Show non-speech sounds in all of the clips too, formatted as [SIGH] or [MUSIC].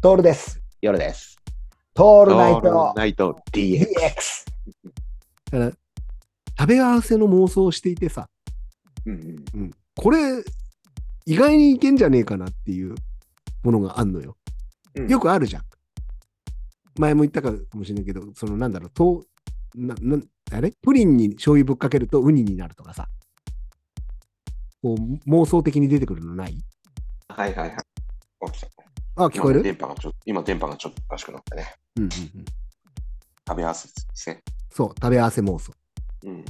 トールです。夜です。トオールナイトナイト DX。DX。だから、食べ合わせの妄想をしていてさ、うんうんうん、これ、意外にいけんじゃねえかなっていうものがあんのよ。うんよくあるじゃん。前も言ったかもしれないけど、そのなんだろう、とななあれプリンに醤油ぶっかけるとウニになるとかさ、こう妄想的に出てくるのないはいはいはい。お来たあ、聞こえる、今電波がちょっと今、電波がちょっとおかしくなったね。うんうんうん。食べ合わせですね。そう、食べ合わせ妄想。うん。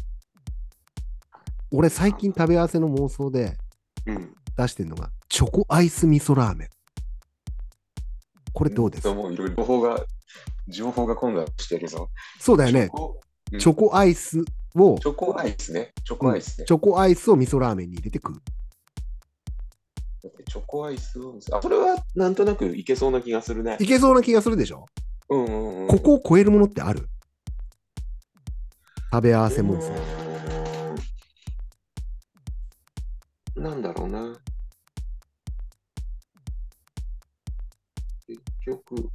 俺、最近食べ合わせの妄想でうん。出してるのが、チョコアイス味噌ラーメン。これどうですもういろいろ情報が、情報が混乱してるぞ。そうだよねチョ。コうんチョコアイスを、チョコアイスね。チョコアイスね。チョコアイスを味噌ラーメンに入れて食う。だってチョコアイスをあ、それはなんとなくいけそうな気がするねい。けそうな気がするでしょ、うんうんうん。ここを超えるものってある食べ合わせ妄想。うーんなんだろうな。結局、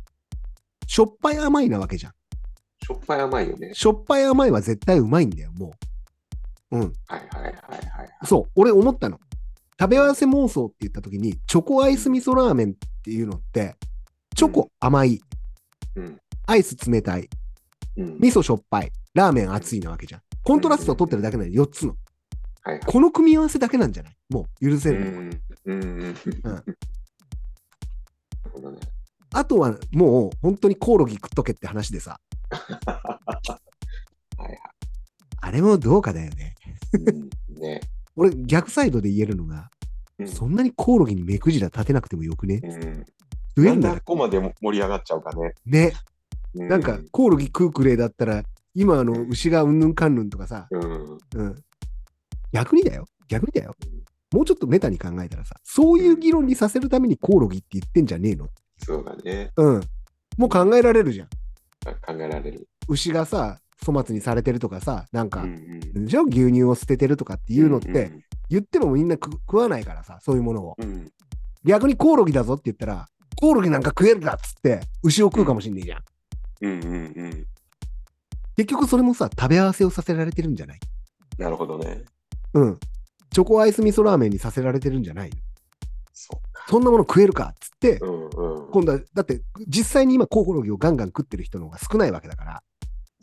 しょっぱい甘いなわけじゃん。しょっぱい甘いよね。しょっぱい甘いは絶対うまいんだよ、もう。うん。はいはいはいはい。そう、俺思ったの。食べ合わせ妄想って言った時に、チョコアイス味噌ラーメンっていうのって、チョコ甘い、うん。アイス冷たい、うん。味噌しょっぱい、ラーメン熱いなわけじゃん。コントラストを取ってるだけなの4つの。はいはい。この組み合わせだけなんじゃないもう許せうるのは。ん。うん。うん。なるほどね。あとはもう本当にコオロギ食っとけって話でさ。はいはいあれもどうかだよね。うんね。俺逆サイドで言えるのが、うんそんなにコオロギに目くじら立てなくてもよくねうん。増えなんんだだよここまで盛り上がっちゃうかね。ね。うなんかコオロギ食うくれだったら、今あの牛がうんぬんかんぬんとかさ、うん。うん。逆にだよ。逆にだよ。もうちょっとメタに考えたらさ、そういう議論にさせるためにコオロギって言ってんじゃねえのそうだね。うん。もう考えられるじゃん。考えられる。牛がさ、粗末にされてるとかさ、なんか、んんじゃあ牛乳を捨ててるとかっていうのって、んん言ってもみんな食食わないからさ、そういうものを。うん。逆にコオロギだぞって言ったら、コオロギなんか食えるかっつって、牛を食うかもしんねえじゃん。うんうんうん。結局それもさ、食べ合わせをさせられてるんじゃないなるほどね。うん。チョコアイス味噌ラーメンにさせられてるんじゃないそうか。そんなもの食えるかっつって、うんうん。今度は、だって実際に今コオロギをガンガン食ってる人の方が少ないわけだから、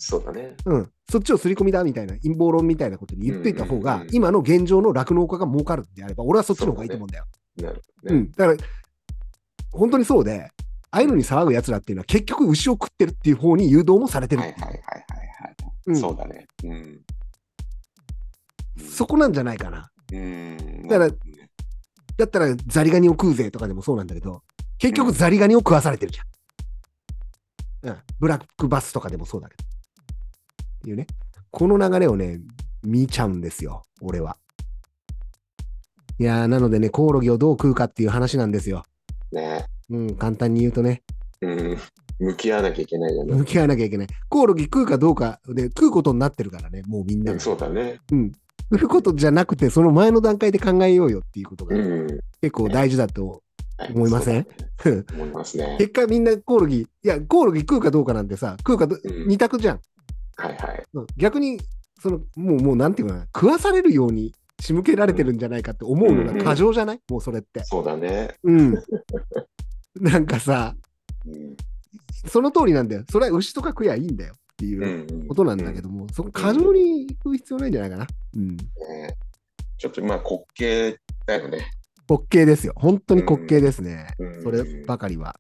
そうだね。うん。そっちを刷り込みだみたいな陰謀論みたいなことに言っといた方が、うんうんうん今の現状の酪農家が儲かるんであれば、俺はそっちの方がいいと思うんだよ。なるほどうね。ん、だから、本当にそうで、ああいうのに騒ぐやつらっていうのは結局牛を食ってるっていう方に誘導もされてるはいっはいていう、はいはいはうい。んそうだね。うん。そこなんじゃないかな。うん。だからなるほどねだったらザリガニを食うぜとかでもそうなんだけど、結局ザリガニを食わされてるじゃん。うん、ブラックバスとかでもそうだけど。っていうね。この流れをね、見ちゃうんですよ、俺は。いやー、なのでね、コオロギをどう食うかっていう話なんですよ。ね。うん、簡単に言うとね。うん。向き合わなきゃいけないよね向。き合わなきゃいけない。コオロギ食うかどうかで食うことになってるからね、もうみんなうが。んそうだね。うん。食うことじゃなくて、その前の段階で考えようよっていうことがうん。結構大事だと。はい思いませんそうだね思いますね。結果みんなコオロギ、いや、コオロギ食うかどうかなんてさ、食うかど、うん二択じゃん。はいはい。うん逆に、その、もう、もうなんていうかな、食わされるように仕向けられてるんじゃないかって思うのが過剰じゃない、もうそれって。そうだね。うん。 [LAUGHS] なんかさ、うんその通りなんだよ。それは牛とか食えばいいんだよっていう。うんことなんだけども、そこ過剰に行く必要ないんじゃないかな。うん。うんねちょっとまあ滑稽だよね。滑稽ですよ。本当に滑稽ですね。うんそればかりは。